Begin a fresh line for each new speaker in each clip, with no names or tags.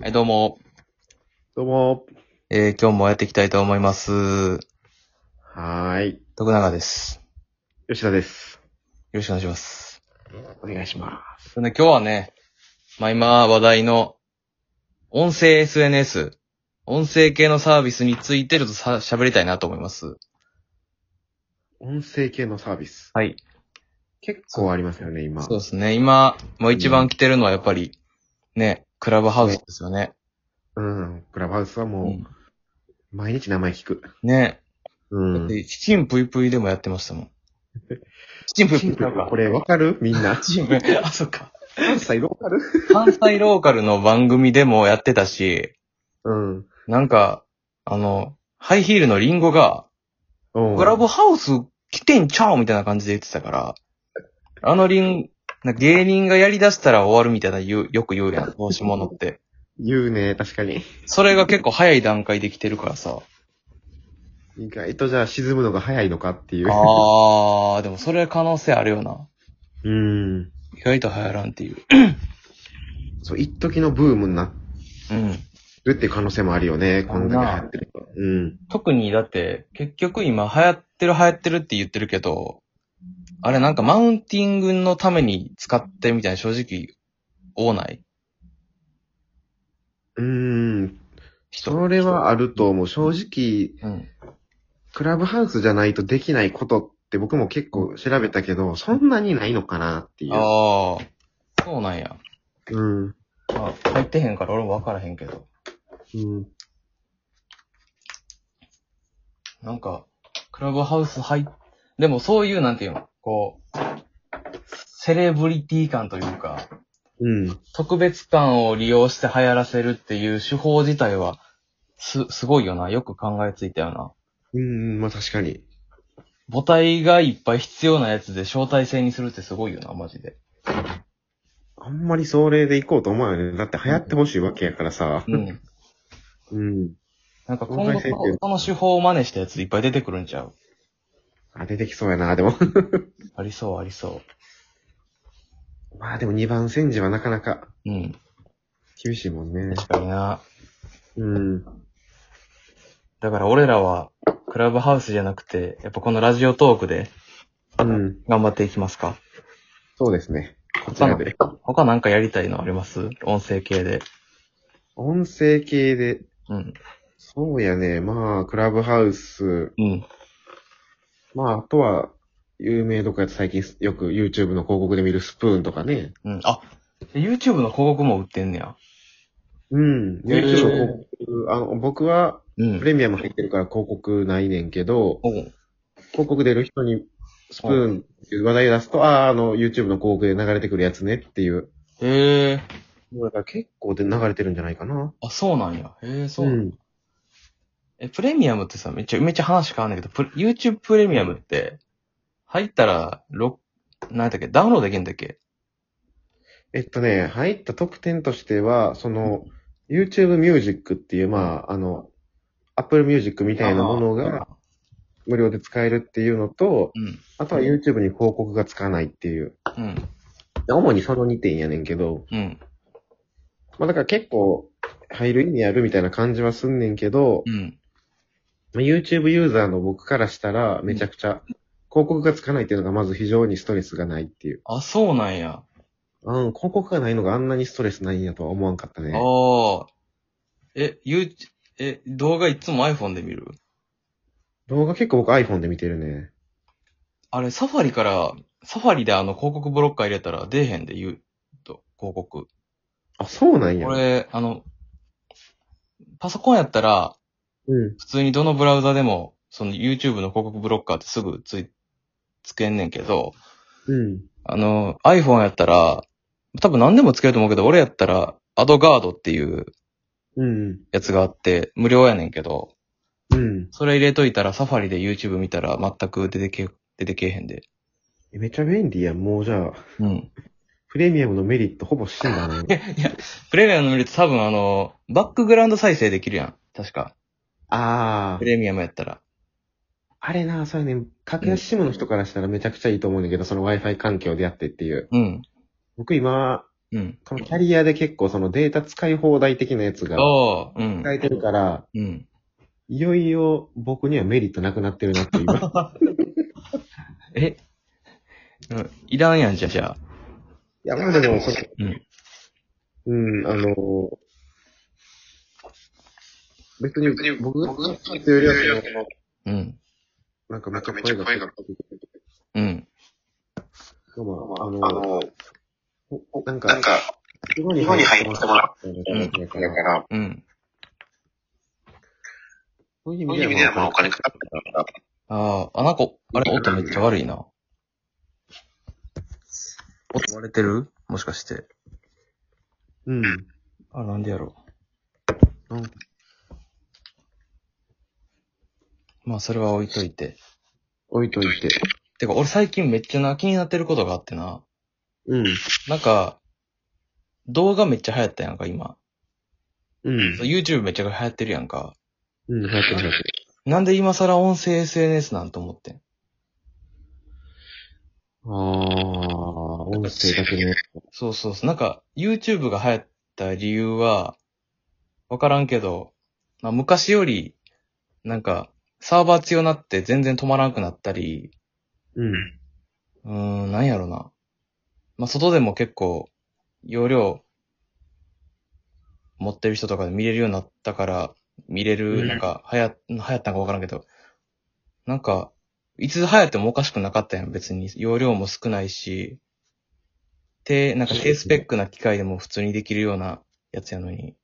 はい、どうも。
どうも。
えー、今日もやっていきたいと思います。
はーい。
徳永です。
吉田です。
よろしくお願いします。
お願いしま
それで今日はね、まあ今話題の音声 SNS、音声系のサービスについてちょっとさ喋りたいなと思います。
す。音声系のサービス。
はい。
結構ありますよね、今。
そうですね。今、まあ一番来てるのはやっぱり、ね、クラブハウスですよね。
うん。クラブハウスは
う
も
ん、
う、毎日名前聞く。
ね、
うん。
でチキンプイプイでもやってましたもん。 チキンプイプイなんか。
これわかるみんな
チキンプイプイあ、そっか。
関西ローカル
関西ローカルの番組でもやってたし、
うん。
なんか、あの、ハイヒールのリンゴが、
お
クラブハウス来てんちゃうみたいな感じで言ってたから、あのリン、なんか芸人がやり出したら終わるみたいな言う、よく言うやん、投資物って。
言うね、確かに。
それが結構早い段階で来てるからさ。
意外とじゃあ沈むのが早いのかっていう。
あー、でもそれ可能性あるよな。
うん。
意外と流行らんっていう。
そう、一時のブームにな
うん。
るっていう可能性もあるよね、こんだけ流行ってると。うん。
特にだって、結局今流行ってる流行ってるって言ってるけど、あれなんかマウンティングのために使ってるみたいな正直、多ない
うん。
人。
それはあると思う。正直、
うん。
クラブハウスじゃないとできないことって僕も結構調べたけど、そんなにないのかなっていう。
ああ、そうなんや。
うん。
まあ、入ってへんから俺も分からへんけど。
うん。
なんか、クラブハウス入っ、でもそういう、なんていうの、こう、セレブリティ感というか、
うん。
特別感を利用して流行らせるっていう手法自体は、す、すごいよな。よく考えついたよな。
うん、まあ確かに。
母体がいっぱい必要なやつで招待制にするってすごいよな、マジで。
あんまりそれで行こうと思うよね。だって流行ってほしいわけやからさ。
うん。
うん。
なんか今後
招待制っていう
こ、この手法を真似したやついっぱい出てくるんちゃう
あ、出てきそうやな、でも。
ありそう、ありそ
まあでも2番戦時はなかなか
う。うん。
厳しいもんね。
確かにな。
うん。
だから俺らは、クラブハウスじゃなくて、やっぱこのラジオトークで
うん。
頑張っていきますか。
そうですね。こち
他
ら
の
で。
他なんかやりたいのあります音声系で。
音声系で。
うん。
そうやね。まあ、クラブハウス。
うん。
まあ、あとは、有名どこやと最近よく YouTube の広告で見るスプーンとかね。
うん。あ、YouTube の広告も売ってんねや。
うん。
えー
YouTube の広告、あの、僕は
う
プ
ん。
レミアム入ってるから広告ないねんけど、
おう
広告出る人にスプーンっていう話題出すと、ああ、あの、YouTube の広告で流れてくるやつねっていう。
へえ。
もうだから結構で流れてるんじゃないかな。
あ、そうなんや。へえ、そう、
うん。
え、プレミアムってさ、めっちゃ、めっちゃ話変わんねんけど、プレ YouTube プレミアムって、入ったら、ろ、なんだっけ、ダウンロードできんだっけ
えっとね、入った特典としては、その、YouTube Music っていう、まあ、あの、Apple Music み
み
たいなものが。無料で使えるっていうのと、
うん。
あとは YouTube に広告がつかないっていう。
うん。
主にその2点やねんけど、
うん。
まあだから結構入る意味あるみたいな感じはすんねんけど、
うん。
まあ YouTube ユーザーの僕からしたらめちゃくちゃ広告がつかないっていうのがまず非常にストレスがないっていう。
あ、そうなんや。
うん、広告がないのがあんなにストレスないんやとは思わんかったね。
ああ。え、ゆう、え、動画いつも iPhone で見る
動画結構僕 iPhone で見てるね。
あれ、サファリから、サファリであの広告ブロッカー入れたら出えへんで言うと、広告。
あ、そうなんや。
これ、あの、パソコンやったら、
うん。
普通にどのブラウザでも、その YouTube の広告ブロッカーってすぐつい、つけんねんけど、
うん。
あの、iPhone やったら、多分何でもつけると思うけど、俺やったら、アドガードっていう
うん。
やつがあって、無料やねんけど、
うん。
それ入れといたら、サファリで YouTube 見たら全く出てけ、出てけえへんで。
えめちゃ便利やん。もうじゃあ、
うん。
プレミアムのメリットほぼ死ん だね。
プレミアムの見ると多分あの、バックグラウンド再生できるやん。確か。
あ
プ
ー。
レミアムやったら。
あれな、そうやねん。格安 SIM の人からしたらめちゃくちゃいいと思うねんだけど、その Wi-Fi 環境でやってっていう。
うん。
僕今、
うん。
このキャリアで結構そのデータ使い放題的なやつが
ああ、うん。
使えてるから、
うん。
いよいよ僕にはメリットなくなってるな って今。
えうんいらんやん、じゃあ、じゃあ。
いや、まあでも、その、
うん
うん、あのー、別に僕が、僕がっていうよりはその、
うん。
なんかめっちゃ声がかかってくる
うん。
とかまあ、あの
あ
ー、
の、
おなん
なん
か、
か、
日本
日本に入ってもら
う
うん
だか、
だからら、
うん。
そういう
そういう
意味
意味
で
で
は、
はまあお金かかってたから、
ああ、あ、なんか、あれ、音めっちゃ悪いな。音割れてるもしかして。
うん。
あ、なんでやろう。
うん。
まあ、それは置いといて。
置いといて。
てか、俺最近めっちゃな、気になってることがあってな。
うん。
なんか、動画めっちゃ流行ったやんか、今。
うん。
YouTube めっちゃ流行ってるやんか。
うん、入ってる入ってる。
なんで今更音声 SNS なんと思ってん。
あー、音声だけのやつ。
そうそうそう。なんか、YouTube が流行った理由は、わからんけど、まあ、昔より、なんか、サーバー強なって全然止まらんくなったり、
うん。
うーん、なんやろな。まあ、外でも結構、容量、持ってる人とかで見れるようになったから、見れ
う
る、
ん
なんか、はや、流行ったんかわからんけど、なんか、いつ流行ってもおかしくなかったやん、別に。容量も少ないし、低、なんか低スペックな機械でも普通にできるようなやつやのに。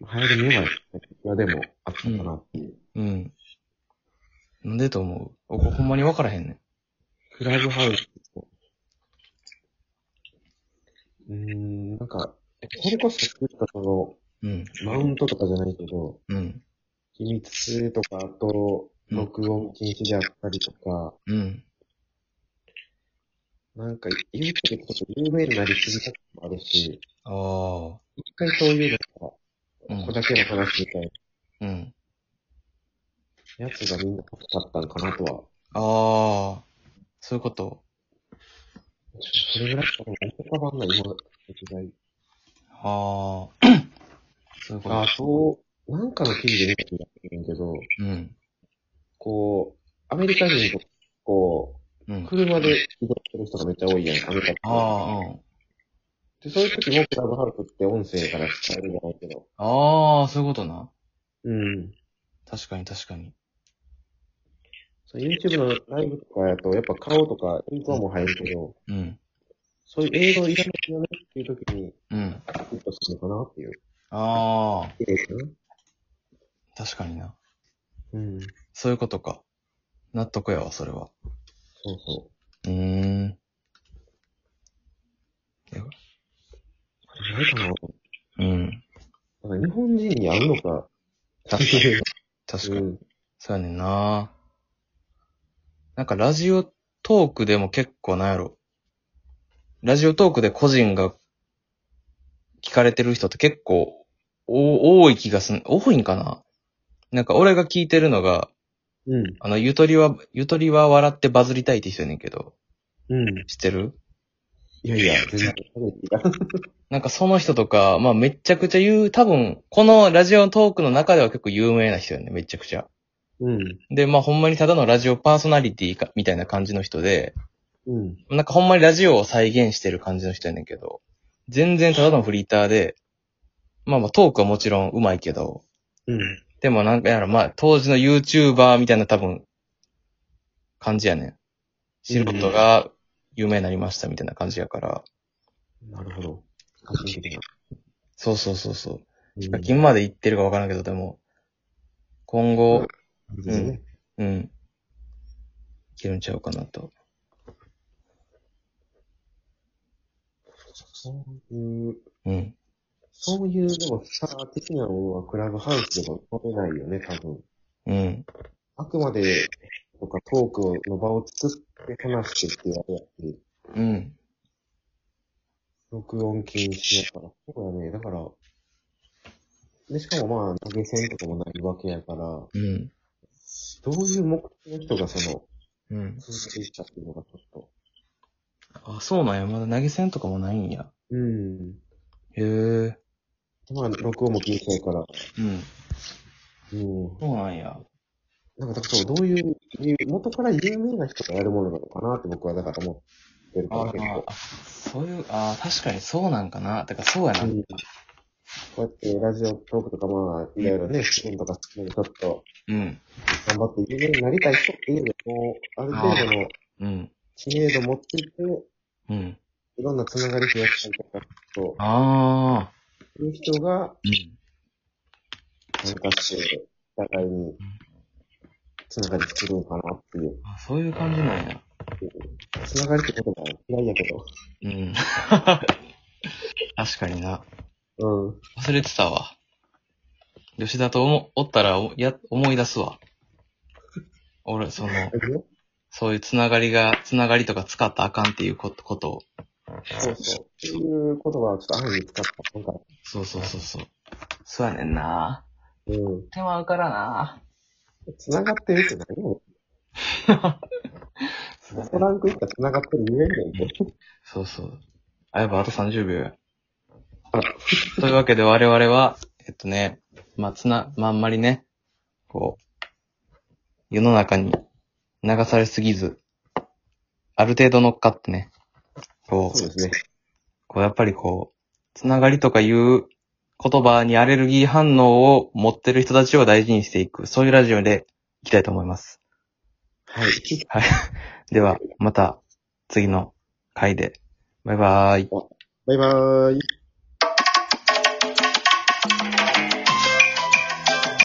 流行り見えない。いや、でも、あったかなっていう。
うん。なんでと思うおこほんまにわからへんねん。
クラブハウスと。うーん、なんか、それこそ作ったそ
うん、
の、マウントとかじゃないけど、
うん、
秘密とか、あと、
うん
録音禁止であったりとか、
うん。
なんか、言うてること有名になりすぎたこともあるし、
ああ、
一回そういう
う
のが、ここ
ん、
だけの話みたい
うん。
なやつがみんな欲しかったのかなとは。
ああ、そういうこと。
それぐらいしかもう浮かばんない、今の時代。
ああ、そういうこ
あ
と
あ、。そう、なんかの記事で見た気がするんだけど、
うん、
こう、アメリカ人と、こ
う
う、
ん。
車で移動してる人がめっちゃ多いやん、アメリカって。
ああ、うん。
で、そういう時もクラブハウスって音声から使えるじゃないけど。
ああ、そういうことな。
うん。
確かに確かに。
そう YouTube のライブとかやと、やっぱ顔とか映像も入るけど、
うん、
そういう映像いらないよねっていう時に、
うん。
アップするのかなっていう。
ああ、
綺麗かな
確かにな。
うん。
そういうことか。納得やわ、それは。
そうそう
ーん。
う。ないかな
うん。
なんか日本人に合うのか。
確か に。確か
う
に。
ん。
そうやねんな。なんかラジオトークでも結構なんやろ。ラジオトークで個人が聞かれてる人って結構お多い気がすん、多いんかななんか俺が聞いてるのが、
うん。
あの、ゆとりは、ゆとりは笑ってバズりたいって人やねんけど、
うん。い
知ってる
やいや、全然。
なんかその人とか、まあめちゃくちゃ言う、多分、このラジオトークの中では結構有名な人やねん、めちゃくちゃ。
うん。
で、まあほんまにただのラジオパーソナリティか、みたいな感じの人で、
うん。
なんかほんまにラジオを再現してる感じの人やねんけど、全然ただのフリーターで、まあまあトークはもちろん上手いけど、
うん。
でもなんかやらまあ当時の YouTuber みたいな多分、感じやねん。素人が有名になりましたみたいな感じやから、
なるほど。確認的な。
そうそうそうそう。ヒカ
う
キンまで行ってるかわからんけど、でも、今後、
ん。ですね。
うん、いけるんちゃうかなと。
そういう、
うん。
そういう、でも、スター的なものはクラブハウスでも取れないよね、多分。
うん。
あくまで、とかトークの場を作って話してって言われやって、
うん。
録音禁止だから、そうだね、だから、で、しかもまあ、投げ銭とかもないわけやから、ど
うん。
ういう目的の人がその、
うん。
続けていったっていうのがちょっと、
あ、そうなんや。まだ投げ銭とかもないんや。
うん。
へえ。うん。
まあ、録音も禁止やから。うん。
そうなんや。
なんか、だからそう、どういう理由、元から有名な人がやるものなのかなって僕はだから思ってるか
あ
ら、結構。
あ、そういう、ああ、確かにそうなんかな。てか、そうやな。
うんこうやってラジオトークとかまあ、いろいろね、試験とか好きにちょっと
うん。
頑張って有名になりたい人っていうのも、ある程度の
うん。
知名度持っていって、
うん。
いろんなつながり増やしたりとか、そ
ああ。
ういう人が、
うん。
なんかして、お互いに、つながり作るのかなっていう。
あそういう感じなんや。
つながりって言葉は嫌いやけど。
うん。確かにな。
うん。
忘れてたわ。吉田とおもおったらおや思い出すわ。俺、その、そういうつながりが、つながりとか使ったらあかんっていうことことを。
そうそう。っていう言葉をちょっと安易に使った。なんか、
そうそうそうそう。そうやねんな。
うん。
手間うからな。
つながってるって何よ。ラ ストランクいったらつながってる言えんねんて。
そうそう。あ、やばい、あと30秒や
あ。
というわけで我々は、えっとね、まあ、つな、まあ、あんまりね、こう、世の中に流されすぎず、ある程度乗っかってね、こ
そう
う、
ですね。
こうやっぱりこう、つながりとかいう言葉にアレルギー反応を持ってる人たちを大事にしていく、そういうラジオでいきたいと思います。
はい。
はい。 では、また次の回で。バイバーイ。
バイバーイ。